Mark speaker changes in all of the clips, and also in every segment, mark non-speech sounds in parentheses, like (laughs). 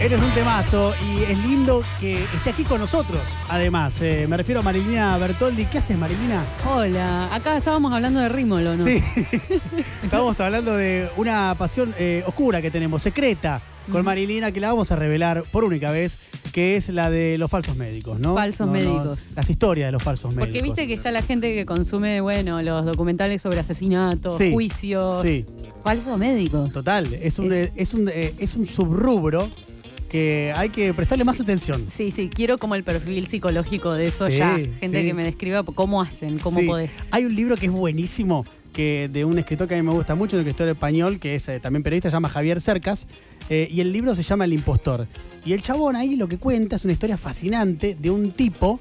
Speaker 1: Eres un temazo y es lindo que esté aquí con nosotros. Además, eh, me refiero a Marilina Bertoldi. ¿Qué haces, Marilina?
Speaker 2: Hola, acá estábamos hablando de Rímolo, ¿no?
Speaker 1: Sí, (laughs) estamos hablando de una pasión eh, oscura que tenemos, secreta, con
Speaker 2: Ujú.
Speaker 1: Marilina, que la vamos a revelar por única vez, que es la de los falsos médicos, ¿no?
Speaker 2: Falsos
Speaker 1: No, no,
Speaker 2: médicos.
Speaker 1: las historias de los falsos
Speaker 2: Porque
Speaker 1: médicos.
Speaker 2: viste que está la gente que consume, bueno, los documentales sobre asesinatos,
Speaker 1: Sí,
Speaker 2: juicios,
Speaker 1: sí.
Speaker 2: falsos médicos.
Speaker 1: Total, es un,
Speaker 2: Es-
Speaker 1: eh, es un, eh, es un subrubro que hay que prestarle más atención.
Speaker 2: Sí, sí, quiero como el perfil psicológico de eso
Speaker 1: Sí,
Speaker 2: ya. Gente
Speaker 1: sí.
Speaker 2: que me describa cómo hacen, cómo
Speaker 1: Sí.
Speaker 2: podés.
Speaker 1: Hay un libro que es buenísimo, que de un escritor que a mí me gusta mucho, un escritor español, que es eh, también periodista, se llama Javier Cercas, eh, y el libro se llama El impostor. Y el chabón ahí lo que cuenta es una historia fascinante de un tipo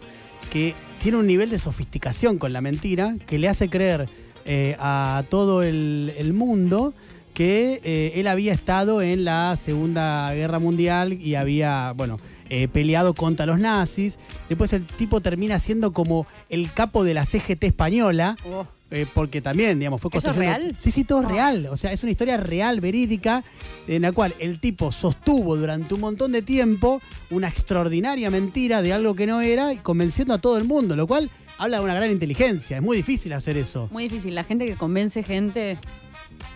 Speaker 1: que tiene un nivel de sofisticación con la mentira, que le hace creer eh, a todo el, el mundo que eh, él había estado en la Segunda Guerra Mundial y había, bueno, eh, peleado contra los nazis. Después el tipo termina siendo como el capo de la CGT española.
Speaker 2: Oh,
Speaker 1: Eh, porque también, digamos, fue
Speaker 2: ¿Eso es
Speaker 1: construyendo...
Speaker 2: real?
Speaker 1: Sí, sí, todo es
Speaker 2: Ah.
Speaker 1: real. O sea, es una historia real, verídica, en la cual el tipo sostuvo durante un montón de tiempo una extraordinaria mentira de algo que no era y convenciendo a todo el mundo, lo cual habla de una gran inteligencia. Es muy difícil hacer eso.
Speaker 2: muy difícil. La gente que convence gente,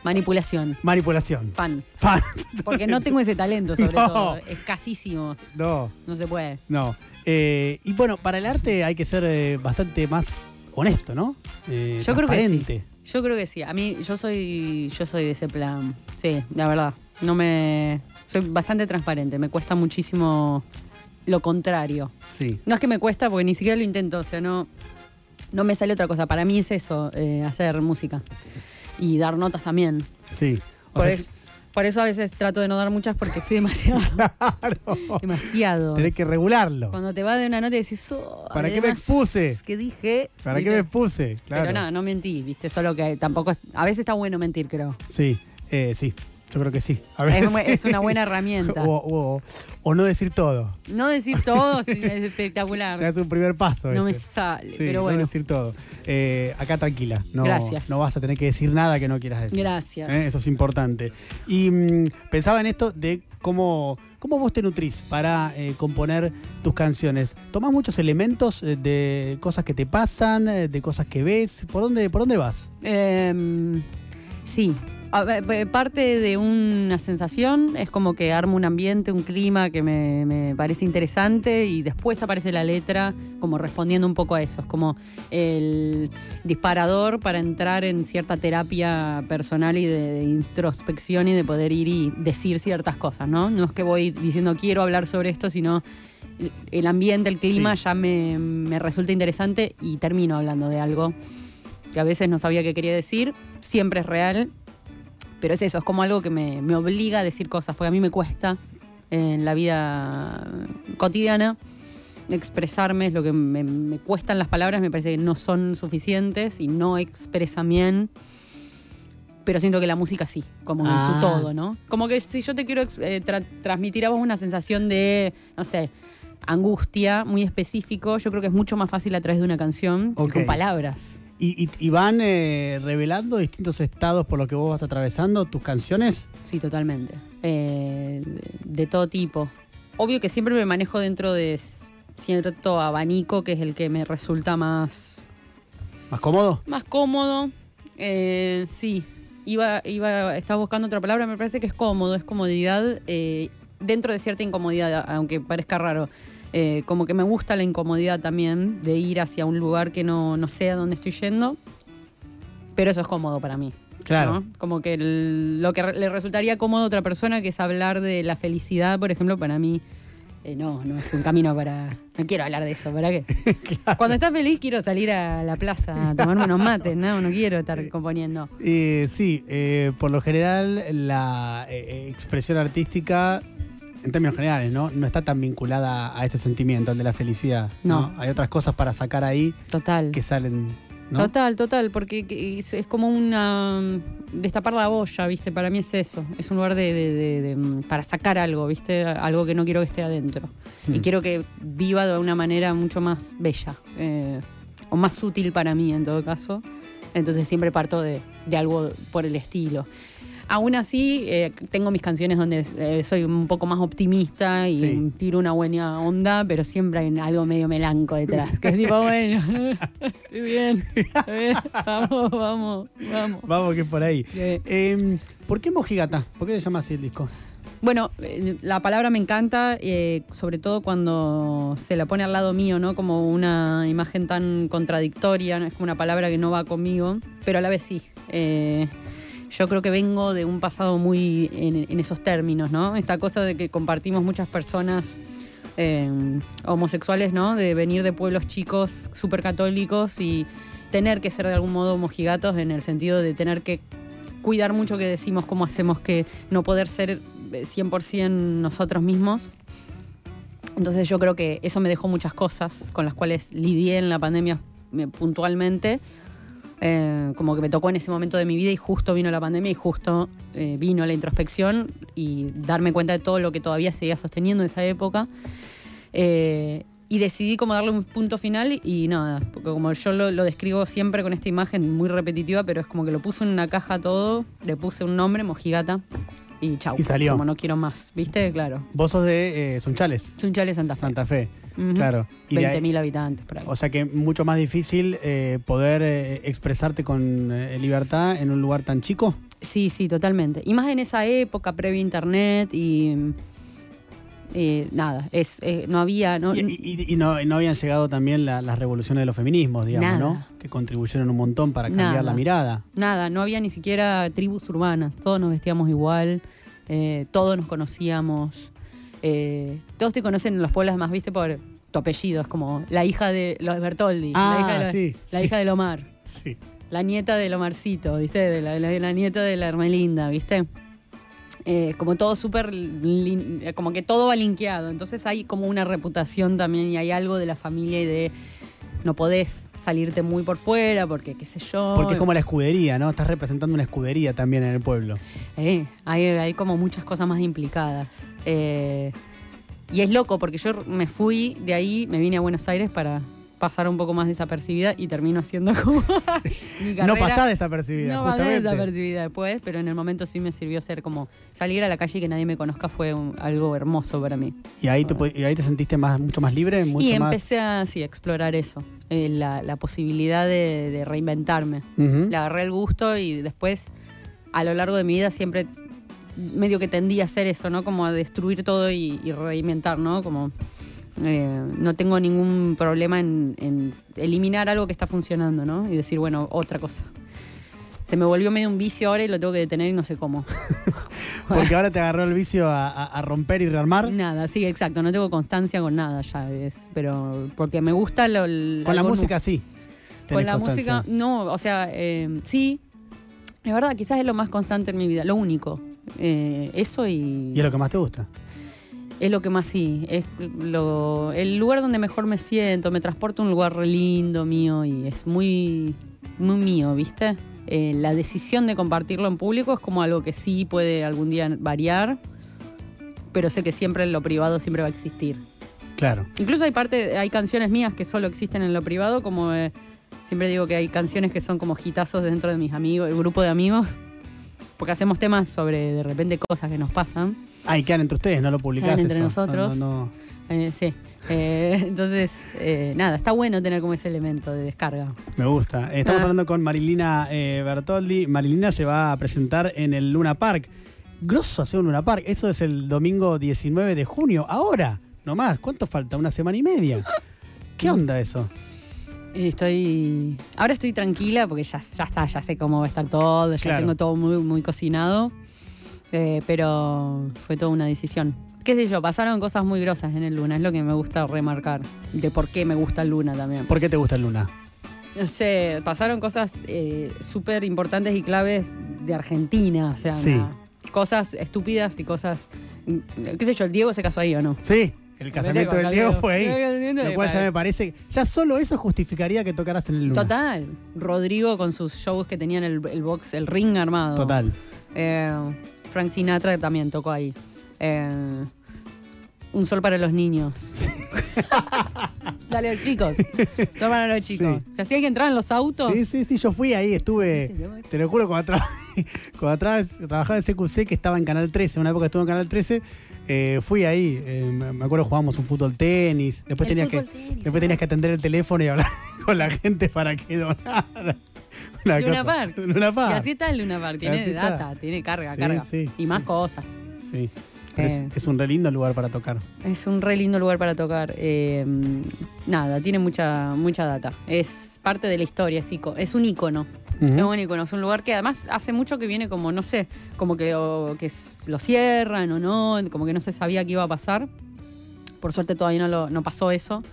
Speaker 2: manipulación.
Speaker 1: Manipulación.
Speaker 2: Fan.
Speaker 1: Fan.
Speaker 2: Porque no tengo ese talento,
Speaker 1: (laughs)
Speaker 2: sobre
Speaker 1: No.
Speaker 2: todo. Escasísimo.
Speaker 1: (laughs) No,
Speaker 2: No se puede.
Speaker 1: no. Eh, y bueno, para el arte hay que ser eh, bastante más honesto, ¿no? Eh,
Speaker 2: Yo creo que sí.
Speaker 1: transparente.
Speaker 2: Yo creo que sí. A mí, yo soy, yo soy de ese plan. Sí, la verdad. No me. Soy bastante transparente. Me cuesta muchísimo lo contrario.
Speaker 1: Sí.
Speaker 2: No es que me cuesta porque ni siquiera lo intento. O sea, no. No me sale otra cosa. Para mí es eso, eh, hacer música. Y dar notas también.
Speaker 1: Sí. O
Speaker 2: Por,
Speaker 1: sea,
Speaker 2: eso, por eso a veces trato de no dar muchas porque soy demasiado.
Speaker 1: (laughs) claro.
Speaker 2: demasiado.
Speaker 1: Tenés que regularlo.
Speaker 2: Cuando te va de una nota y decís, "Oh,
Speaker 1: ¿Para qué me
Speaker 2: además,
Speaker 1: expuse?
Speaker 2: ¿Qué dije?
Speaker 1: ¿Para qué
Speaker 2: ¿Viste?
Speaker 1: me puse? Claro.
Speaker 2: Pero no, no mentí, viste, solo que tampoco. es- a veces está bueno mentir, creo.
Speaker 1: Sí, eh, sí, yo creo que sí. A
Speaker 2: Es,
Speaker 1: veces.
Speaker 2: mu- es una buena herramienta.
Speaker 1: (laughs) O, o- o no decir todo.
Speaker 2: No decir todo sí, es
Speaker 1: (laughs)
Speaker 2: espectacular.
Speaker 1: Ya es un primer paso.
Speaker 2: no me
Speaker 1: ese.
Speaker 2: sale,
Speaker 1: Sí,
Speaker 2: pero
Speaker 1: no
Speaker 2: bueno.
Speaker 1: decir todo. Eh, acá tranquila. No,
Speaker 2: Gracias.
Speaker 1: No vas a tener que decir nada que no quieras decir.
Speaker 2: Gracias.
Speaker 1: Eh, Eso es importante. Y mm, pensaba en esto de cómo, cómo vos te nutrís para eh, componer tus canciones. ¿Tomás muchos elementos eh, de cosas que te pasan, eh, de cosas que ves? ¿Por dónde, por dónde vas?
Speaker 2: Em, sí. A ver, pe- Parte de una sensación es como que armo un ambiente, un clima que me, me parece interesante y después aparece la letra como respondiendo un poco a eso. Es como el disparador para entrar en cierta terapia personal y de, de introspección y de poder ir y decir ciertas cosas, ¿no? No es que voy diciendo quiero hablar sobre esto, sino el- el ambiente, el clima
Speaker 1: Sí.
Speaker 2: ya me, me resulta interesante y termino hablando de algo que a veces no sabía qué quería decir, siempre es real, pero es eso, es como algo que me, me obliga a decir cosas, porque a mí me cuesta en la vida cotidiana expresarme, es lo que me, me cuestan las palabras, me parece que no son suficientes y no expresan bien. Pero siento que la música sí, como en
Speaker 1: Ah.
Speaker 2: su todo, ¿no? Como que si yo te quiero ex- eh, tra- transmitir a vos una sensación de, no sé, angustia muy específico, yo creo que es mucho más fácil a través de una canción que
Speaker 1: Ok.
Speaker 2: con palabras.
Speaker 1: ¿Y, y- y van eh, revelando distintos estados por los que vos vas atravesando tus canciones?
Speaker 2: Sí, totalmente. Eh, de todo tipo. Obvio que siempre me manejo dentro de cierto abanico que es el que me resulta más,
Speaker 1: ¿Más cómodo?
Speaker 2: más cómodo. Eh, sí, iba, iba, estaba buscando otra palabra, me parece que es cómodo, es comodidad eh, dentro de cierta incomodidad, aunque parezca raro. Eh, como que me gusta la incomodidad también de ir hacia un lugar que no, no sé a dónde estoy yendo, pero eso es cómodo para mí.
Speaker 1: Claro.
Speaker 2: ¿no? Como que el- lo que re- le resultaría cómodo a otra persona, que es hablar de la felicidad, por ejemplo, para mí, eh, no, no es un camino para... No quiero hablar de eso, ¿para qué? Cuando estás feliz quiero salir a la plaza a tomarme unos mates, no, no quiero estar componiendo.
Speaker 1: Eh, sí, eh, por lo general la eh, eh, expresión artística, en términos generales, ¿no? No está tan vinculada a ese sentimiento, al de la felicidad.
Speaker 2: No.
Speaker 1: Hay otras cosas para sacar ahí
Speaker 2: Total.
Speaker 1: que salen, ¿no?
Speaker 2: Total, total, porque que- es, es como una... mm, Destapar la olla, ¿viste? Para mí es eso. Es un lugar de, de- de- de, mm, para sacar algo, ¿viste? Algo que no quiero que esté adentro. Y
Speaker 1: Hmm.
Speaker 2: quiero que viva de una manera mucho más bella, eh, o más útil para mí en todo caso. Entonces siempre parto de, de algo por el estilo. Aún así, eh, tengo mis canciones donde eh, soy un poco más optimista y
Speaker 1: Sí.
Speaker 2: tiro una buena onda, pero siempre hay algo medio melanco detrás. Que es tipo, bueno,
Speaker 1: (laughs)
Speaker 2: estoy bien, estoy (laughs) bien, vamos, vamos, vamos.
Speaker 1: Vamos que por ahí.
Speaker 2: Eh,
Speaker 1: Eh, ¿Por qué Mojigata? ¿Por qué se llama así el disco?
Speaker 2: Bueno, eh, la palabra me encanta, eh, sobre todo cuando se la pone al lado mío, ¿no? Como una imagen tan contradictoria, ¿no? es como una palabra que no va conmigo, pero a la vez sí. Eh, yo creo que vengo de un pasado muy en, en esos términos, ¿no? Esta cosa de que compartimos muchas personas eh, homosexuales, ¿no? De venir de pueblos chicos, súper católicos y tener que ser de algún modo mojigatos en el sentido de tener que cuidar mucho que decimos, cómo hacemos, que no poder ser eh, 100% nosotros mismos. Entonces yo creo que eso me dejó muchas cosas con las cuales lidié en la pandemia eh, puntualmente. Eh, como que me tocó en ese momento de mi vida y justo vino la pandemia y justo eh, vino la introspección y darme cuenta de todo lo que todavía seguía sosteniendo en esa época. Eh, y decidí como darle un punto final y nada, porque como yo lo, lo describo siempre con esta imagen muy repetitiva, pero es como que lo puse en una caja todo, le puse un nombre, mojigata, y chau.
Speaker 1: Y salió.
Speaker 2: Como no quiero más, ¿viste? Claro.
Speaker 1: Vos sos de eh, Sunchales,
Speaker 2: Chunchale Santa Fe.
Speaker 1: Santa Fe.
Speaker 2: Ujú.
Speaker 1: Claro. Y de ahí-
Speaker 2: 20.000 habitantes por ahí.
Speaker 1: o sea que mucho más difícil eh, poder eh, expresarte con eh, libertad en un lugar tan chico.
Speaker 2: Sí, sí, totalmente. Y más en esa época, previo internet y. eh, nada, es, eh, no había. No,
Speaker 1: Y, y- y no, y no habían llegado también la- las revoluciones de los feminismos, digamos,
Speaker 2: Nada.
Speaker 1: ¿no? Que contribuyeron un montón para cambiar
Speaker 2: Nada.
Speaker 1: la mirada.
Speaker 2: Nada, no había ni siquiera tribus urbanas. Todos nos vestíamos igual, eh, todos nos conocíamos. eh, todos te conocen en los pueblos, además, viste, por tu apellido. Es como la hija de los Bertoldi,
Speaker 1: Ah,
Speaker 2: la hija de los-
Speaker 1: sí,
Speaker 2: la
Speaker 1: sí.
Speaker 2: hija del Omar.
Speaker 1: Sí.
Speaker 2: la nieta del Omarcito, ¿viste? De la, la- la nieta de la Hermelinda, ¿viste? Eh, como todo súper, lin- eh, como que todo va linkeado. Entonces hay como una reputación también y hay algo de la familia y de no podés salirte muy por fuera porque qué sé yo. eh,
Speaker 1: Porque es como la escudería, ¿no? Estás representando una escudería también en el pueblo.
Speaker 2: Eh, hay, hay como muchas cosas más implicadas. Eh, y es loco porque yo me fui de ahí, me vine a Buenos Aires para pasar un poco más desapercibida y termino haciendo como (laughs) mi
Speaker 1: No
Speaker 2: carrera.
Speaker 1: pasás desapercibida,
Speaker 2: No pasé
Speaker 1: justamente.
Speaker 2: desapercibida después, pero en el momento sí me sirvió ser como salir a la calle y que nadie me conozca fue un- algo hermoso para mí.
Speaker 1: Y ahí te, po- y ahí te sentiste más, mucho más libre, mucho
Speaker 2: y
Speaker 1: más.
Speaker 2: empecé a sí, a explorar eso, eh, la, la posibilidad de, de reinventarme.
Speaker 1: Ujú.
Speaker 2: (laughs) Le agarré el gusto y después, a lo largo de mi vida, siempre medio que tendí a hacer eso, ¿no? Como a destruir todo y, y reinventar, ¿no? Como eh, no tengo ningún problema en, en eliminar algo que está funcionando, ¿no? Y decir, bueno, otra cosa. Se me volvió medio un vicio ahora y lo tengo que detener y no sé cómo.
Speaker 1: Porque ahora te agarró el vicio a, a- a romper y rearmar.
Speaker 2: nada, sí, exacto. No tengo constancia con nada ya, es, pero porque me gusta lo, el-
Speaker 1: Con la
Speaker 2: algo
Speaker 1: música sí.
Speaker 2: Con
Speaker 1: tenés
Speaker 2: la
Speaker 1: constancia.
Speaker 2: música, no, o sea, eh, sí, es verdad, quizás es lo más constante en mi vida, lo único. Eh, eso y,
Speaker 1: Y es lo que más te gusta.
Speaker 2: es lo que más sí, es lo, el lugar donde mejor me siento, me transporta a un lugar re lindo mío y es muy, muy mío, ¿viste? Eh, la decisión de compartirlo en público es como algo que sí puede algún día variar, pero sé que siempre lo privado siempre va a existir.
Speaker 1: Claro.
Speaker 2: Incluso hay parte, hay canciones mías que solo existen en lo privado, como eh, siempre digo que hay canciones que son como hitazos dentro de mis amigos, el grupo de amigos, porque hacemos temas sobre de repente cosas que nos pasan.
Speaker 1: Ah, y quedan entre ustedes, no lo publicás.
Speaker 2: Quedan entre
Speaker 1: eso.
Speaker 2: nosotros.
Speaker 1: No, no, no.
Speaker 2: Eh, sí. Eh, (laughs) entonces, eh, nada, está bueno tener como ese elemento de descarga.
Speaker 1: Me gusta. Eh, Estamos
Speaker 2: Ah.
Speaker 1: hablando con Marilina eh, Bertoldi. Marilina se va a presentar en el Luna Park. Grosso hacer un Luna Park. Eso es el domingo 19 de junio. Ahora, nomás. ¿Cuánto falta? Una semana y media. ¿Qué onda eso?
Speaker 2: Y Eh, Estoy. Ahora estoy tranquila porque ya, ya está, ya sé cómo va a estar todo, ya
Speaker 1: Claro.
Speaker 2: tengo todo muy, muy cocinado. Eh, pero fue toda una decisión. Qué sé yo, pasaron cosas muy grosas en el Luna, es lo que me gusta remarcar. De por qué me gusta el Luna también.
Speaker 1: ¿Por qué te gusta el Luna?
Speaker 2: No sé, pasaron cosas eh, súper importantes y claves de Argentina. O sea,
Speaker 1: Sí.
Speaker 2: nada. cosas estúpidas y cosas. mm, Qué sé yo, el Diego se casó ahí o no.
Speaker 1: Sí. El casamiento del Diego fue ahí. Lo cual ya me parece. Ya solo eso justificaría que tocaras en el Luna.
Speaker 2: Total. Rodrigo con sus shows que tenían el, el box, el ring armado.
Speaker 1: Total.
Speaker 2: Eh, Frank Sinatra también tocó ahí. Eh, un sol para los
Speaker 1: (laughs)
Speaker 2: niños. Dale, los chicos. Sol para los chicos.
Speaker 1: Sí.
Speaker 2: O sea, si hay que entrar en los autos.
Speaker 1: Sí, sí, sí, yo fui ahí, estuve, te lo juro, cuando, tra- (laughs) cuando tra- trabajaba en CQC, que estaba en Canal 13, en una época estuve en Canal 13, eh, fui ahí. eh, me me acuerdo jugábamos un fútbol tenis. Después,
Speaker 3: El
Speaker 1: tenías, que,
Speaker 3: fútbol tenis,
Speaker 1: después tenías que atender el teléfono y hablar (laughs) con la gente para que donara. (laughs) Una cosa-
Speaker 2: Luna Park.
Speaker 1: Luna Park.
Speaker 2: Y así está el Luna Park,
Speaker 1: Así
Speaker 2: tiene
Speaker 1: está.
Speaker 2: data, tiene carga,
Speaker 1: Sí,
Speaker 2: carga.
Speaker 1: sí,
Speaker 2: y más
Speaker 1: sí.
Speaker 2: cosas.
Speaker 1: Sí. Pero
Speaker 2: Eh.
Speaker 1: es, es un re lindo lugar para tocar.
Speaker 2: Es un re lindo lugar para tocar. eh, nada, tiene mucha, mucha data. Es parte de la historia, es, ico- es un ícono.
Speaker 1: Ujú.
Speaker 2: Es un ícono, es un lugar que además hace mucho que viene como, no sé, como que, o que s- lo cierran o no, como que no se sabía qué iba a pasar. Por suerte todavía no, lo- no pasó eso.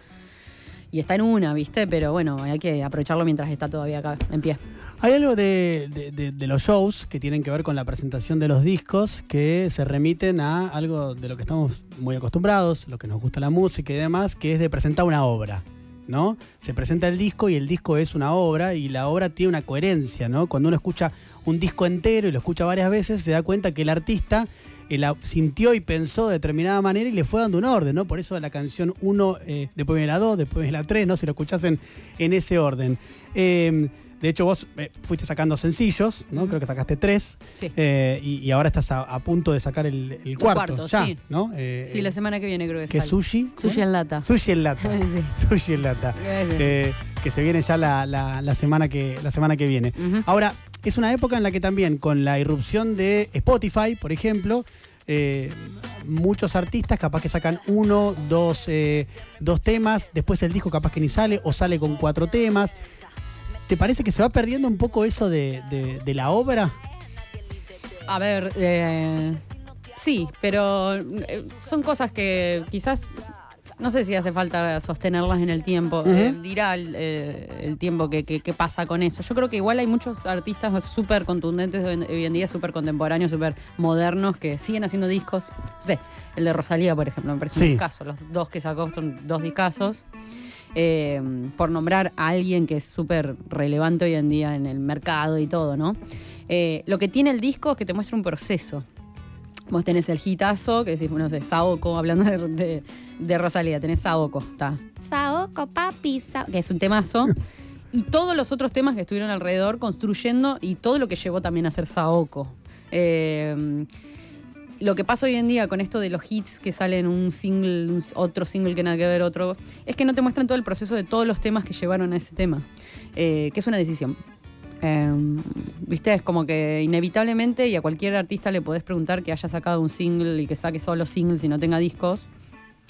Speaker 2: Y está en una, ¿viste? Pero bueno, hay que aprovecharlo mientras está todavía acá en pie.
Speaker 1: Hay algo de, de- de- de los shows que tienen que ver con la presentación de los discos que se remiten a algo de lo que estamos muy acostumbrados, lo que nos gusta la música y demás, que es de presentar una obra. ¿No? Se presenta el disco y el disco es una obra y la obra tiene una coherencia, ¿no? Cuando uno escucha un disco entero y lo escucha varias veces, se da cuenta que el artista eh, la sintió y pensó de determinada manera y le fue dando un orden, ¿no? Por eso la canción 1, después viene la 2, después viene la 3, ¿no? Si lo escuchás en, en ese orden. Eh, de hecho, vos eh, fuiste sacando sencillos, ¿no?
Speaker 2: Ujú.
Speaker 1: Creo que sacaste tres.
Speaker 2: Sí.
Speaker 1: eh, y, y ahora estás a, a punto de sacar el, el cuarto.
Speaker 2: cuarto,
Speaker 1: ya,
Speaker 2: sí.
Speaker 1: ¿no? Eh,
Speaker 2: sí, la semana que viene creo que
Speaker 1: que es
Speaker 2: sale.
Speaker 1: sushi.
Speaker 2: Sushi en lata.
Speaker 1: Sushi en lata.
Speaker 2: (laughs) Sí.
Speaker 1: Sushi en lata. Eh, que se viene ya la, la- la semana que, la semana que viene.
Speaker 2: Ujú.
Speaker 1: Ahora, es una época en la que también, con la irrupción de Spotify, por ejemplo, eh, muchos artistas capaz que sacan uno, dos, eh, dos temas, después el disco capaz que ni sale o sale con cuatro temas. ¿Te parece que se va perdiendo un poco eso de, de- de la obra?
Speaker 2: A ver, eh, sí, pero eh, son cosas que quizás no sé si hace falta sostenerlas en el tiempo. Eh, dirá el, eh, el tiempo que, que- que pasa con eso. Yo creo que igual hay muchos artistas súper contundentes hoy en- hoy en día, súper contemporáneos, súper modernos, que siguen haciendo discos. No sé, el de Rosalía, por ejemplo, me parece
Speaker 1: Sí.
Speaker 2: un discazo. Los dos que sacó son dos discazos. Eh, por nombrar a alguien que es súper relevante hoy en día en el mercado y todo, ¿no? Eh, lo que tiene el disco es que te muestra un proceso. Vos tenés el hitazo, que decís, no sé, Saoko, hablando de, de- de Rosalía, tenés Saoko, está. Saoko, papi, Sa- que es un temazo. Y todos los otros temas que estuvieron alrededor construyendo y todo lo que llevó también a ser Saoko. Eh, lo que pasa hoy en día con esto de los hits que salen un single, un s- otro single que nada que ver, otro, es que no te muestran todo el proceso de todos los temas que llevaron a ese tema, eh, que es una decisión. Eh, Viste, es como que inevitablemente y a cualquier artista le podés preguntar que haya sacado un single y que saque solo singles y no tenga discos.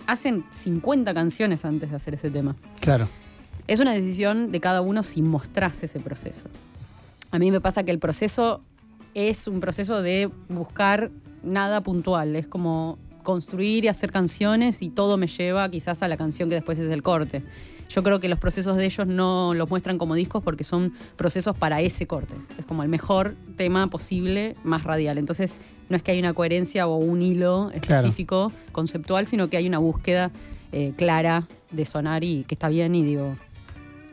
Speaker 2: Hacen 50 canciones antes de hacer ese tema.
Speaker 1: Claro.
Speaker 2: Es una decisión de cada uno si mostrás ese proceso. A mí me pasa que el proceso es un proceso de buscar nada puntual, es como construir y hacer canciones y todo me lleva quizás a la canción que después es el corte. Yo creo que los procesos de ellos no los muestran como discos porque son procesos para ese corte. Es como el mejor tema posible más radial. Entonces no es que hay una coherencia o un hilo
Speaker 1: Claro.
Speaker 2: específico, conceptual, sino que hay una búsqueda eh, clara de sonar y que está bien y digo,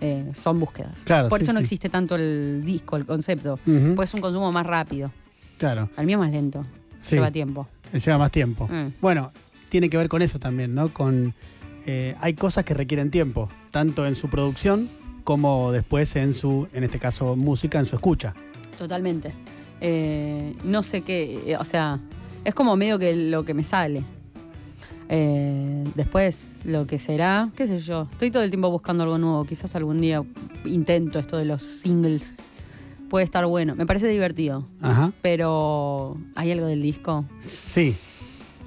Speaker 2: eh, son búsquedas.
Speaker 1: Claro,
Speaker 2: Por
Speaker 1: sí,
Speaker 2: eso no
Speaker 1: sí.
Speaker 2: existe tanto el disco, el concepto.
Speaker 1: Ujú.
Speaker 2: Pues es un consumo más rápido.
Speaker 1: Claro.
Speaker 2: Al mío más lento.
Speaker 1: Sí. Oh.
Speaker 2: Lleva tiempo.
Speaker 1: Lleva más tiempo.
Speaker 2: Mm.
Speaker 1: Bueno, tiene que ver con eso también, ¿no? Con eh, hay cosas que requieren tiempo, tanto en su producción como después en su, en este caso, música, en su escucha.
Speaker 2: Totalmente. Eh, no sé qué, eh, o sea, es como medio que lo que me sale. Eh, después lo que será, qué sé yo. Estoy todo el tiempo buscando algo nuevo. Quizás algún día intento esto de los singles. Puede estar bueno. Me parece divertido.
Speaker 1: Ajá.
Speaker 2: Pero hay algo del disco
Speaker 1: Sí,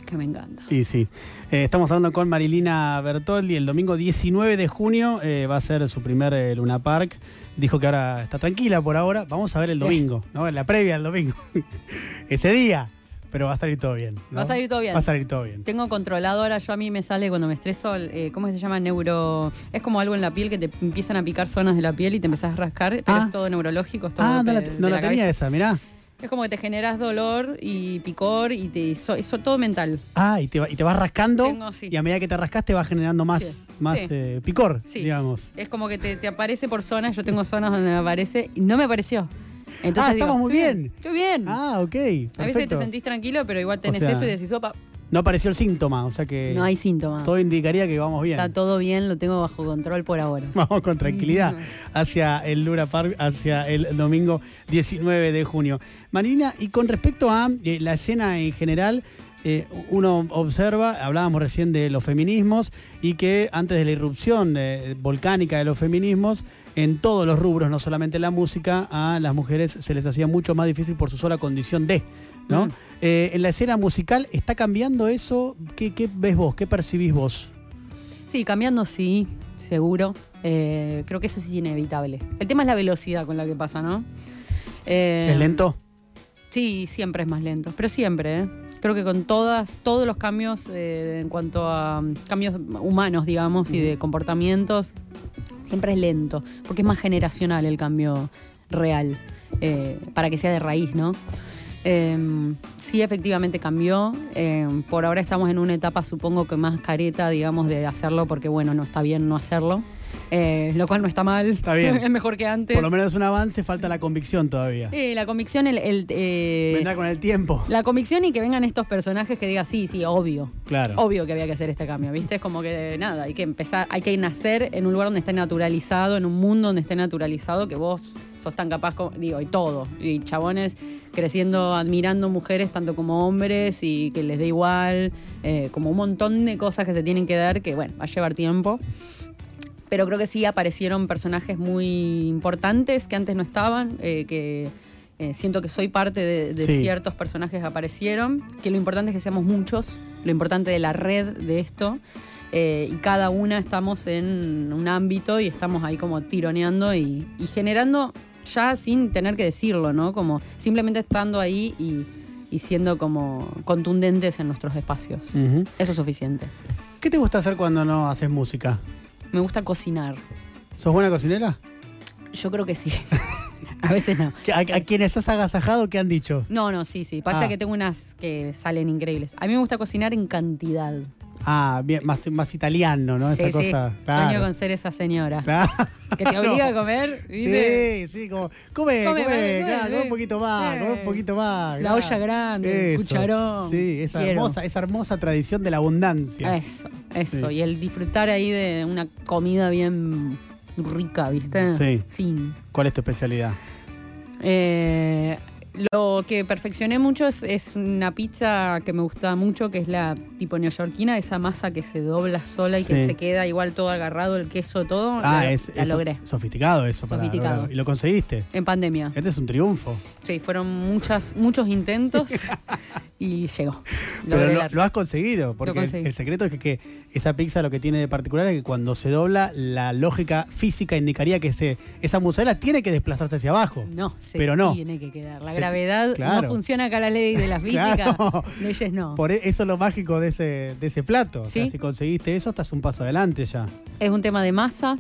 Speaker 2: que me encanta.
Speaker 1: y sí. Eh, estamos hablando con Marilina Bertoldi. El domingo 19 de junio eh, va a ser su primer eh, Luna Park. Dijo que ahora está tranquila por ahora. Vamos a ver el
Speaker 2: Sí.
Speaker 1: domingo, ¿no? En la previa del domingo. (laughs) Ese día. Pero va a salir todo bien. ¿no?
Speaker 2: Va a salir todo bien.
Speaker 1: Va a salir todo bien.
Speaker 2: Tengo controladora, yo a mí me sale cuando me estreso, eh, ¿cómo se llama? Neuro... Es como algo en la piel que te empiezan a picar zonas de la piel y te empezás a rascar, pero
Speaker 1: Ah.
Speaker 2: es todo neurológico, es todo
Speaker 1: Ah, no
Speaker 2: de-
Speaker 1: la,
Speaker 2: de
Speaker 1: no la
Speaker 2: la
Speaker 1: tenía
Speaker 2: cabeza.
Speaker 1: esa, mirá.
Speaker 2: Es como que te generas dolor y picor y te eso, eso todo mental.
Speaker 1: Ah, y te, va- y te vas rascando.
Speaker 2: Tengo, sí.
Speaker 1: Y a medida que te rascas te va generando más,
Speaker 2: Sí.
Speaker 1: más
Speaker 2: Sí.
Speaker 1: eh, picor,
Speaker 2: Sí.
Speaker 1: digamos.
Speaker 2: Es como que te, te aparece por zonas, yo tengo zonas donde me aparece y no me apareció. Entonces
Speaker 1: Ah, estamos
Speaker 2: digo,
Speaker 1: muy
Speaker 2: "Estoy
Speaker 1: bien".
Speaker 2: Estoy bien.
Speaker 1: Ah, ok.
Speaker 2: Mm. a veces te
Speaker 1: perfecto.
Speaker 2: sentís tranquilo, pero igual tenés
Speaker 1: sea- eh,
Speaker 2: eso y decís, opa,
Speaker 1: No apareció el síntoma, o sea que
Speaker 2: No hay síntomas.
Speaker 1: todo indicaría que vamos bien.
Speaker 2: Está todo bien, lo tengo bajo control por ahora.
Speaker 1: (laughs) Vamos con tranquilidad hacia el Lura Park, hacia el domingo 19 de junio. Marina, y con respecto a eh, la escena en general, eh, uno observa, hablábamos recién de los feminismos y que antes de la irrupción eh, volcánica de los feminismos, en todos los rubros, no solamente en la música, a las mujeres se les hacía mucho más difícil por su sola condición de, ¿no?
Speaker 2: Mm.
Speaker 1: Eh, en la escena musical, ¿está cambiando eso? ¿Qué, qué ves vos? ¿Qué percibís vos?
Speaker 2: Sí, cambiando sí, seguro. Eh, creo que eso es inevitable. El tema es la velocidad con la que pasa, ¿no? Eh,
Speaker 1: ¿Es lento?
Speaker 2: Sí, siempre es más lento, pero siempre, ¿eh? Creo que con todas, todos los cambios eh, en cuanto a mm, cambios humanos, digamos, y de comportamientos, siempre es lento, porque es más generacional el cambio real, eh, para que sea de raíz, ¿no? Eh, sí, efectivamente cambió. Eh, por ahora estamos en una etapa, supongo que más careta, digamos, de hacerlo, porque bueno, no está bien no hacerlo, eh, lo cual no está mal.
Speaker 1: Está bien.
Speaker 2: (laughs) es mejor que antes.
Speaker 1: Por lo menos es un avance, falta la convicción todavía.
Speaker 2: Eh, la convicción, el, el, eh,
Speaker 1: Vendrá con el tiempo.
Speaker 2: La convicción y que vengan estos personajes que digan, sí, sí, obvio.
Speaker 1: Claro.
Speaker 2: Obvio que había que hacer este cambio, ¿viste? Es como que eh, nada, hay que empezar, hay que nacer en un lugar donde esté naturalizado, en un mundo donde esté naturalizado, que vos sos tan capaz, como, digo, y todo. Y chabones creciendo, admirando mujeres tanto como hombres y que les dé igual, eh, como un montón de cosas que se tienen que dar, que bueno, va a llevar tiempo. Pero creo que sí aparecieron personajes muy importantes que antes no estaban, eh, que eh, siento que soy parte de, de
Speaker 1: Sí.
Speaker 2: ciertos personajes que aparecieron, que lo importante es que seamos muchos, lo importante de la red de esto, eh, y cada una estamos en un ámbito y estamos ahí como tironeando y, y generando ya sin tener que decirlo, ¿no? Como simplemente estando ahí y, y siendo como contundentes en nuestros espacios.
Speaker 1: Ujú.
Speaker 2: Eso es suficiente.
Speaker 1: ¿Qué te gusta hacer cuando no haces música?
Speaker 2: Me gusta cocinar.
Speaker 1: ¿Sos buena cocinera?
Speaker 2: Yo creo que sí. (laughs) A veces no.
Speaker 1: ¿A, a quienes has agasajado qué han dicho?
Speaker 2: No, no, sí, sí. Pasa
Speaker 1: Ah.
Speaker 2: que tengo unas que salen increíbles. A mí me gusta cocinar en cantidad.
Speaker 1: Ah, bien, más, más italiano, ¿no?
Speaker 2: Sí,
Speaker 1: Esa
Speaker 2: sí.
Speaker 1: cosa.
Speaker 2: Sueño con ser esa
Speaker 1: (laughs)
Speaker 2: señora.
Speaker 1: claro.
Speaker 2: Que te obliga a comer, ¿viste?
Speaker 1: Sí, sí, como, come, come,
Speaker 2: Come, come, come,
Speaker 1: claro, come un
Speaker 2: sí.
Speaker 1: poquito más, come un
Speaker 2: Sí.
Speaker 1: poquito más.
Speaker 2: La
Speaker 1: claro.
Speaker 2: olla grande, el
Speaker 1: Eso.
Speaker 2: cucharón.
Speaker 1: Sí, esa
Speaker 2: Quiero.
Speaker 1: hermosa, esa hermosa tradición de la abundancia.
Speaker 2: Eso, eso.
Speaker 1: Sí.
Speaker 2: Y el disfrutar ahí de una comida bien rica, ¿viste?
Speaker 1: Sí.
Speaker 2: Fin.
Speaker 1: ¿Cuál es tu especialidad?
Speaker 2: Eh, lo que perfeccioné mucho es, es una pizza que me gusta mucho, que es la tipo neoyorquina, esa masa que se dobla sola y
Speaker 1: Sí.
Speaker 2: que se queda igual todo agarrado, el queso, todo.
Speaker 1: ah,
Speaker 2: la,
Speaker 1: es,
Speaker 2: la
Speaker 1: es sof-
Speaker 2: logré.
Speaker 1: sofisticado eso para
Speaker 2: Sofisticado.
Speaker 1: lograrlo. Y lo conseguiste.
Speaker 2: En pandemia.
Speaker 1: Este es un triunfo.
Speaker 2: Sí, fueron muchas, muchos intentos
Speaker 1: (laughs)
Speaker 2: y llegó. Logré
Speaker 1: Pero lo,
Speaker 2: la-
Speaker 1: lo has conseguido, porque el-
Speaker 2: conseguí.
Speaker 1: el secreto es que, que esa pizza lo que tiene de particular es que cuando se dobla, la lógica física indicaría que ese, esa mozzarella tiene que desplazarse hacia abajo.
Speaker 2: No, se
Speaker 1: pero no.
Speaker 2: tiene que quedar. La
Speaker 1: Se ti-
Speaker 2: gravedad
Speaker 1: claro.
Speaker 2: no funciona acá la ley de
Speaker 1: (laughs)
Speaker 2: las físicas.
Speaker 1: Claro.
Speaker 2: Leyes no.
Speaker 1: Por e- eso es lo mágico de ese, de ese plato. O sea,
Speaker 2: Sí.
Speaker 1: si conseguiste eso, estás un paso adelante ya.
Speaker 2: Es un tema de masa,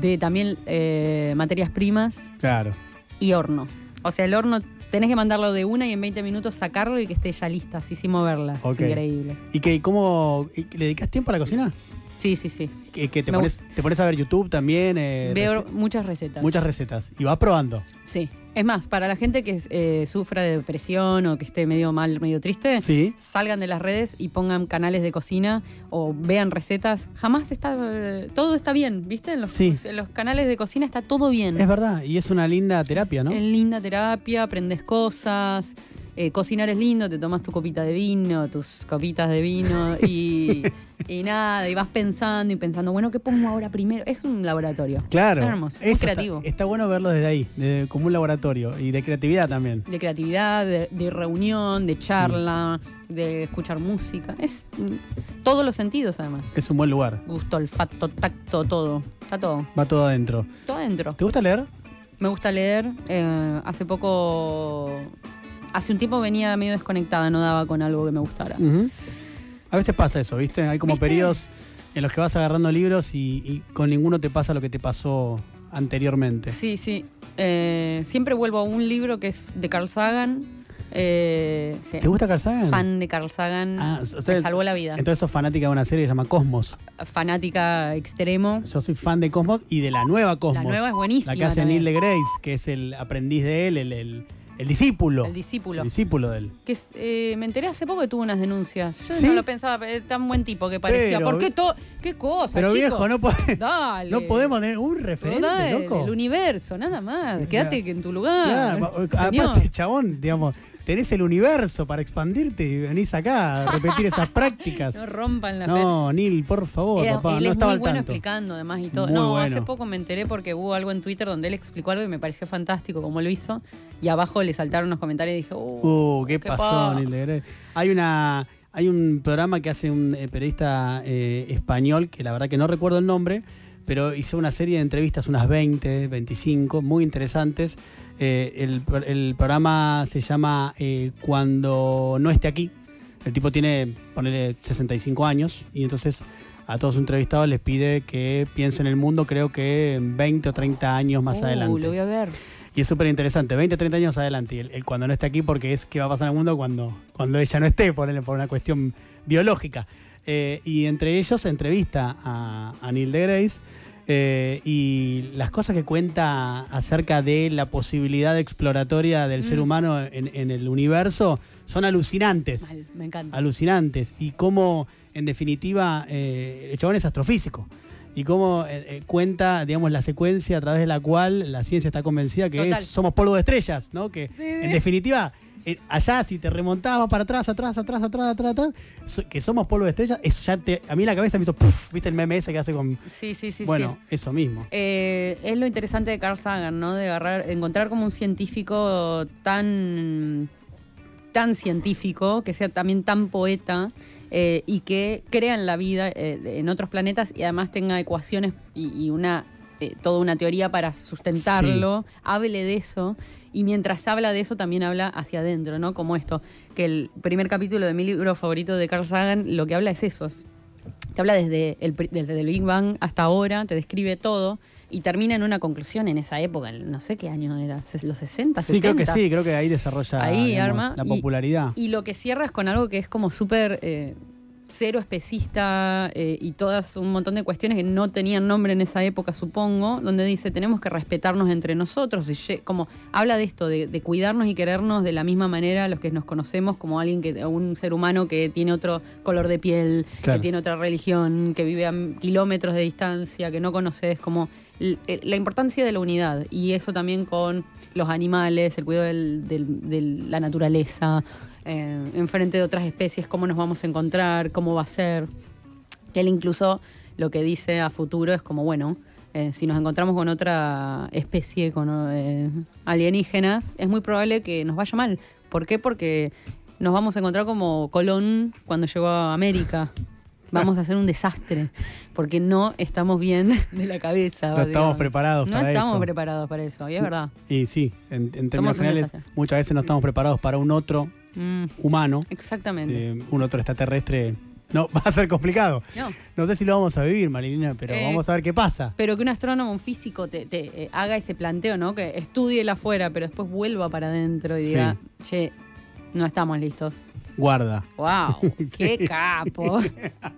Speaker 2: de también eh, materias primas
Speaker 1: Claro.
Speaker 2: y horno. O sea, el horno tenés que mandarlo de una y en 20 minutos sacarlo y que esté ya lista, así sin moverla.
Speaker 1: Ok.
Speaker 2: Es increíble.
Speaker 1: ¿Y que, cómo y que le dedicas tiempo a la cocina?
Speaker 2: Sí, sí, sí.
Speaker 1: ¿Y Que, que te,
Speaker 2: Me
Speaker 1: pones, te pones a ver YouTube también. eh,
Speaker 2: Veo
Speaker 1: rece-
Speaker 2: muchas recetas.
Speaker 1: muchas recetas. Y vas
Speaker 2: (laughs)
Speaker 1: probando.
Speaker 2: Sí. Es más, para la gente que eh, sufra de depresión o que esté medio mal, medio triste,
Speaker 1: Sí.
Speaker 2: salgan de las redes y pongan canales de cocina o vean recetas. Jamás está. eh, todo está bien, ¿viste? En los,
Speaker 1: Sí.
Speaker 2: en los canales de cocina está todo bien.
Speaker 1: Es verdad. Y es una linda terapia, ¿no?
Speaker 2: Es linda terapia, aprendes cosas. eh, cocinar es lindo, te tomas tu copita de vino, tus copitas de vino y, y nada, y vas pensando y pensando, bueno, ¿qué pongo ahora primero? Es un laboratorio.
Speaker 1: Claro.
Speaker 2: Es hermoso, muy
Speaker 1: Eso está-
Speaker 2: creativo.
Speaker 1: Está, bueno verlo desde ahí, de- como un laboratorio y de creatividad también.
Speaker 2: De creatividad, de, de reunión, de charla, de escuchar música. Es mm, todos los sentidos además.
Speaker 1: Es un buen lugar.
Speaker 2: Gusto, olfato, tacto, todo. Está todo.
Speaker 1: Va todo adentro.
Speaker 2: Todo adentro.
Speaker 1: ¿Te gusta leer?
Speaker 2: Me gusta leer. eh, hace poco. Hace un tiempo venía medio desconectada, no daba con algo que me gustara.
Speaker 1: Ujú. A veces pasa eso, ¿viste? Hay como
Speaker 2: ¿Viste?
Speaker 1: periodos en los que vas agarrando libros y, y con ninguno te pasa lo que te pasó anteriormente.
Speaker 2: Sí, sí. Eh, siempre vuelvo a un libro que es de Carl Sagan. Eh, sí,
Speaker 1: ¿Te gusta Carl Sagan?
Speaker 2: Fan de Carl Sagan.
Speaker 1: Ah, o sea,
Speaker 2: me salvó la vida.
Speaker 1: Entonces sos fanática de una serie que se llama Cosmos.
Speaker 2: Fanática extremo.
Speaker 1: Yo soy fan de Cosmos y de la nueva Cosmos.
Speaker 2: nueva es buenísima
Speaker 1: La que hace Neil
Speaker 2: también.
Speaker 1: de Grace, que es el aprendiz de él, el, el- El discípulo.
Speaker 2: El discípulo.
Speaker 1: El discípulo de él.
Speaker 2: que es- eh, me enteré hace poco que tuvo unas denuncias. Yo
Speaker 1: ¿Sí?
Speaker 2: no lo pensaba, eh, tan buen tipo que parecía.
Speaker 1: Pero, eh,
Speaker 2: ¿Por qué todo? ¿Qué cosa?
Speaker 1: Pero
Speaker 2: chico?
Speaker 1: viejo, no, pode-
Speaker 2: Dale.
Speaker 1: no podemos tener un referente,
Speaker 2: Dale,
Speaker 1: loco.
Speaker 2: El universo, nada más.
Speaker 1: Mira.
Speaker 2: Quédate que en tu lugar.
Speaker 1: Claro, pa-
Speaker 2: señor.
Speaker 1: aparte, chabón, digamos, tenés el universo para expandirte y venís acá a repetir
Speaker 2: (laughs)
Speaker 1: esas prácticas.
Speaker 2: No rompan la pelota.
Speaker 1: No, Neil, por favor,
Speaker 2: Era-
Speaker 1: papá,
Speaker 2: él
Speaker 1: no
Speaker 2: es
Speaker 1: estaba
Speaker 2: muy
Speaker 1: al
Speaker 2: bueno
Speaker 1: tanto.
Speaker 2: explicando además y todo.
Speaker 1: Muy
Speaker 2: no,
Speaker 1: bueno.
Speaker 2: hace poco me enteré porque hubo algo en Twitter donde él explicó algo y me pareció fantástico como lo hizo. Y abajo le saltaron unos comentarios y dije, uh,
Speaker 1: Uh, qué, pasó,
Speaker 2: pa-".
Speaker 1: Neil deGrasse. Hay una. Hay un programa que hace un eh, periodista eh, español, que la verdad que no recuerdo el nombre, pero hizo una serie de entrevistas, unas 20, 25, muy interesantes. Eh, el, pro- el programa se llama eh, Cuando no esté aquí. El tipo tiene, ponele, 65 años y entonces a todos sus entrevistados les pide que piensen en el mundo, creo que en 20 o 30 años más
Speaker 2: Uh,
Speaker 1: adelante.
Speaker 2: Lo voy a ver.
Speaker 1: Y es súper interesante, 20, 30 años adelante. Y el, el cuando no esté aquí, porque es que va a pasar en el mundo cuando, cuando ella no esté, por, por una cuestión biológica. Eh, y entre ellos entrevista a, a Neil de Grace y las cosas que cuenta acerca de la posibilidad exploratoria del ser
Speaker 2: Mm.
Speaker 1: humano en, en el universo son alucinantes.
Speaker 2: Mal, me encanta.
Speaker 1: Alucinantes. Y cómo, en definitiva, eh, el chabón es astrofísico. Y cómo eh, eh, cuenta, digamos, la secuencia a través de la cual la ciencia está convencida que es-
Speaker 2: Total.
Speaker 1: somos polvo de estrellas, ¿no? Que, en definitiva, eh, allá si te remontabas para atrás, atrás, atrás, atrás, atrás, atrás, so- que somos polvo de estrellas, eso ya te... A mí la cabeza me hizo... puff, ¿Viste el meme ese que hace con...
Speaker 2: Sí, sí, sí. sí.
Speaker 1: bueno, eso mismo.
Speaker 2: Eh, es lo interesante de Carl Sagan, ¿no? De agarrar, encontrar como un científico tan, tan científico, que sea también tan poeta eh, y que crea en la vida eh, de- en otros planetas y además tenga ecuaciones y, y una eh, toda una teoría para sustentarlo, hable de eso y mientras habla de eso también habla hacia adentro, ¿no? Como esto, que el primer capítulo de mi libro favorito de Carl Sagan lo que habla es eso, es te habla desde el, pri- desde el Big Bang hasta ahora, te describe todo y termina en una conclusión en esa época, en no sé qué año era, ses- los 60,
Speaker 1: Sí, creo que
Speaker 2: 70.
Speaker 1: sí, creo que ahí desarrolla
Speaker 2: Ahí,
Speaker 1: digamos,
Speaker 2: arma,
Speaker 1: la
Speaker 2: y-
Speaker 1: popularidad.
Speaker 2: Y lo que cierra es con algo que es como súper eh, cero especista eh, y todas un montón de cuestiones que no tenían nombre en esa época, supongo, donde dice tenemos que respetarnos entre nosotros. Y lle- como habla de esto, de, de cuidarnos y querernos de la misma manera los que nos conocemos como alguien que, un ser humano que tiene otro color de piel,
Speaker 1: Claro.
Speaker 2: que tiene otra religión, que vive a m- kilómetros de distancia, que no conoces, como l- eh, la importancia de la unidad. Y eso también con los animales, el cuidado del- del- de la naturaleza, eh, enfrente de otras especies, cómo nos vamos a encontrar, cómo va a ser. Él incluso lo que dice a futuro es como, bueno, eh, si nos encontramos con otra especie, con eh, alienígenas, es muy probable que nos vaya mal. ¿Por qué? Porque nos vamos a encontrar como Colón cuando llegó a América. Vamos a hacer un desastre, porque no estamos bien (laughs) de la cabeza.
Speaker 1: No estamos
Speaker 2: digamos.
Speaker 1: preparados
Speaker 2: No
Speaker 1: para
Speaker 2: estamos
Speaker 1: eso.
Speaker 2: preparados para eso, y es verdad.
Speaker 1: Y sí, en, en
Speaker 2: Somos
Speaker 1: términos
Speaker 2: un
Speaker 1: generales,
Speaker 2: desastre.
Speaker 1: muchas veces no estamos preparados para un otro
Speaker 2: Mm,
Speaker 1: humano,
Speaker 2: exactamente.
Speaker 1: eh, un otro extraterrestre. No, (laughs) va a ser complicado.
Speaker 2: No.
Speaker 1: No sé si lo vamos a vivir, Marilina, pero
Speaker 2: Eh,
Speaker 1: vamos a ver qué pasa.
Speaker 2: Pero que un astrónomo, un físico, te, te, eh, haga ese planteo, ¿no? Que estudie el afuera, pero después vuelva para adentro y
Speaker 1: Sí.
Speaker 2: diga, che, no estamos listos.
Speaker 1: Guarda. (laughs)
Speaker 2: ¡Wow! ¡Qué capo!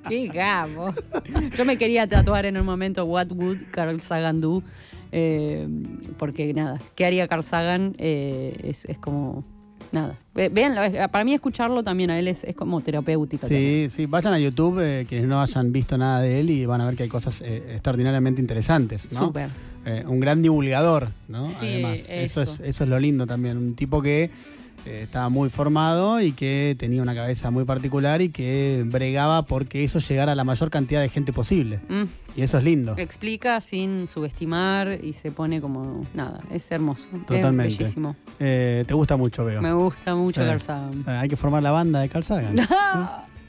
Speaker 2: ¡Qué capo! Yo me quería tatuar en un momento What Would Carl Sagan Do? eh, porque nada, ¿qué haría Carl Sagan? Eh, es, es como. Nada. Ve- Véanlo, es- para mí escucharlo también a él es, es como terapéutico. también.
Speaker 1: Sí, sí, vayan a YouTube eh, quienes no hayan visto nada de él y van a ver que hay cosas eh, extraordinariamente interesantes, ¿no?
Speaker 2: Súper.
Speaker 1: Eh, un gran divulgador, ¿no?
Speaker 2: Sí,
Speaker 1: Además, eso. es,
Speaker 2: eso.
Speaker 1: eso es lo lindo también. Un tipo que eh, estaba muy formado y que tenía una cabeza muy particular y que bregaba porque eso llegara a la mayor cantidad de gente posible.
Speaker 2: Mm.
Speaker 1: Y eso es lindo.
Speaker 2: Explica sin subestimar y se pone como nada, es hermoso.
Speaker 1: Totalmente.
Speaker 2: Es bellísimo.
Speaker 1: Eh, te gusta mucho, veo.
Speaker 2: Me gusta mucho
Speaker 1: Sí.
Speaker 2: Carl Sagan.
Speaker 1: Eh, hay que formar la banda de Carl
Speaker 2: (laughs)
Speaker 1: Sagan.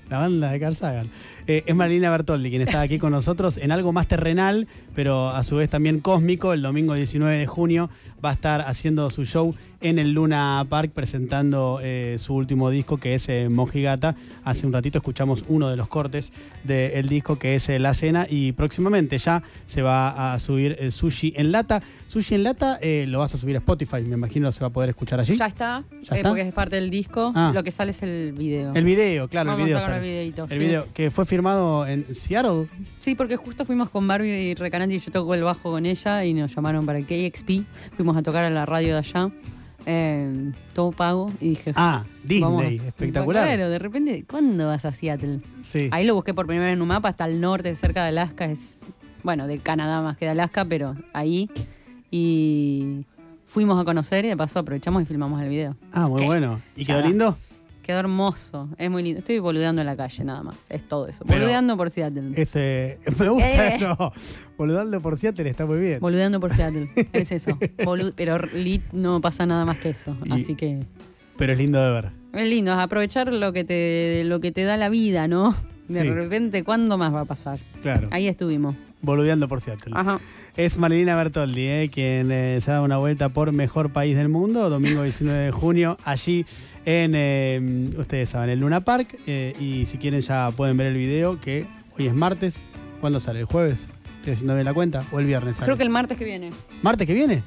Speaker 1: La banda de Carl Sagan. Eh, es Marina Bertoldi quien está aquí con nosotros en algo más terrenal, pero a su vez también cósmico. El domingo 19 de junio va a estar haciendo su show en el Luna Park presentando eh, su último disco que es eh, Mojigata. Hace un ratito escuchamos uno de los cortes del disco que es eh, La Cena y próximamente ya se va a subir eh, Sushi en Lata. Sushi en Lata eh, lo vas a subir a Spotify, me imagino se va a poder escuchar allí.
Speaker 2: Ya está,
Speaker 1: ¿Ya
Speaker 2: eh,
Speaker 1: está?
Speaker 2: porque es parte del disco.
Speaker 1: Ah.
Speaker 2: Lo que sale es el video.
Speaker 1: El video, claro,
Speaker 2: Vamos
Speaker 1: el video.
Speaker 2: a agarrar
Speaker 1: sale.
Speaker 2: videito,
Speaker 1: El
Speaker 2: sí.
Speaker 1: video que fue firmado en Seattle.
Speaker 2: Sí, porque justo fuimos con Barbie y Recanati y yo toco el bajo con ella y nos llamaron para KXP. Fuimos a tocar a la radio de allá. eh, todo pago y dije...
Speaker 1: Ah,
Speaker 2: vamos.
Speaker 1: Disney, espectacular.
Speaker 2: Claro, de repente, ¿cuándo vas a Seattle?
Speaker 1: Sí.
Speaker 2: Ahí lo busqué por primera vez en un mapa, hasta el norte, cerca de Alaska, es, bueno, de Canadá más que de Alaska, pero ahí. Y fuimos a conocer y de paso aprovechamos y filmamos el video.
Speaker 1: Ah, muy
Speaker 2: ¿Qué?
Speaker 1: bueno. ¿Y quedó
Speaker 2: Ya va.
Speaker 1: lindo?
Speaker 2: Quedó hermoso, es muy lindo. Estoy boludeando en la calle nada más, es todo eso.
Speaker 1: Pero- eh,
Speaker 2: boludeando por Seattle.
Speaker 1: Ese. (laughs) Me gusta
Speaker 2: Eh.
Speaker 1: eso. Boludarlo por Seattle está muy bien.
Speaker 2: Boludeando por
Speaker 1: (laughs)
Speaker 2: Seattle, es eso. Bolu- pero lit no pasa nada más que eso,
Speaker 1: Y-
Speaker 2: así que...
Speaker 1: Pero es lindo de ver.
Speaker 2: Es lindo, es aprovechar lo que te, lo que te da la vida, ¿no? De
Speaker 1: Sí.
Speaker 2: repente, ¿cuándo más va a pasar?
Speaker 1: Claro.
Speaker 2: Ahí estuvimos.
Speaker 1: Boludeando por Seattle.
Speaker 2: Ajá.
Speaker 1: Es Marilina Bertoldi, eh, quien eh, se da una vuelta por Mejor País del Mundo, domingo 19 de junio, allí en, eh, ustedes saben, el Luna Park. eh, y si quieren ya pueden ver el video, que hoy es martes. ¿Cuándo sale? ¿El jueves? Estoy haciendo bien la cuenta. ¿O el viernes sale?
Speaker 2: Creo que el martes que viene.
Speaker 1: ¿Martes que viene?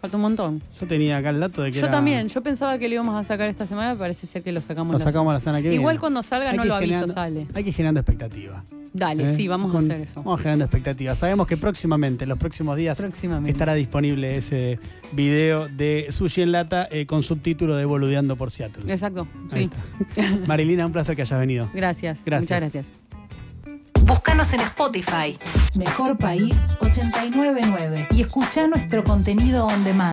Speaker 2: Falta un montón.
Speaker 1: Yo tenía acá el dato de que
Speaker 2: Yo
Speaker 1: era-
Speaker 2: también, yo pensaba que lo íbamos a sacar esta semana, parece ser que lo sacamos.
Speaker 1: Lo
Speaker 2: la-
Speaker 1: sacamos la semana que viene.
Speaker 2: Igual cuando salga
Speaker 1: Hay
Speaker 2: no
Speaker 1: que ir
Speaker 2: lo aviso,
Speaker 1: generando-
Speaker 2: sale.
Speaker 1: Hay que ir generando expectativa.
Speaker 2: Dale,
Speaker 1: ¿eh?
Speaker 2: sí, vamos
Speaker 1: Con-
Speaker 2: a hacer eso.
Speaker 1: Vamos generando expectativas. Sabemos que próximamente, en los próximos días,
Speaker 2: Próximamente.
Speaker 1: estará disponible ese video de Sushi en Lata eh, con subtítulo de Boludeando por Seattle.
Speaker 2: Exacto,
Speaker 1: Ahí
Speaker 2: sí.
Speaker 1: está. (laughs) Marilina, un placer que hayas venido.
Speaker 2: Gracias.
Speaker 1: Gracias.
Speaker 2: Muchas gracias.
Speaker 3: Búscanos en Spotify. Mejor País 899 y escucha nuestro contenido on demand.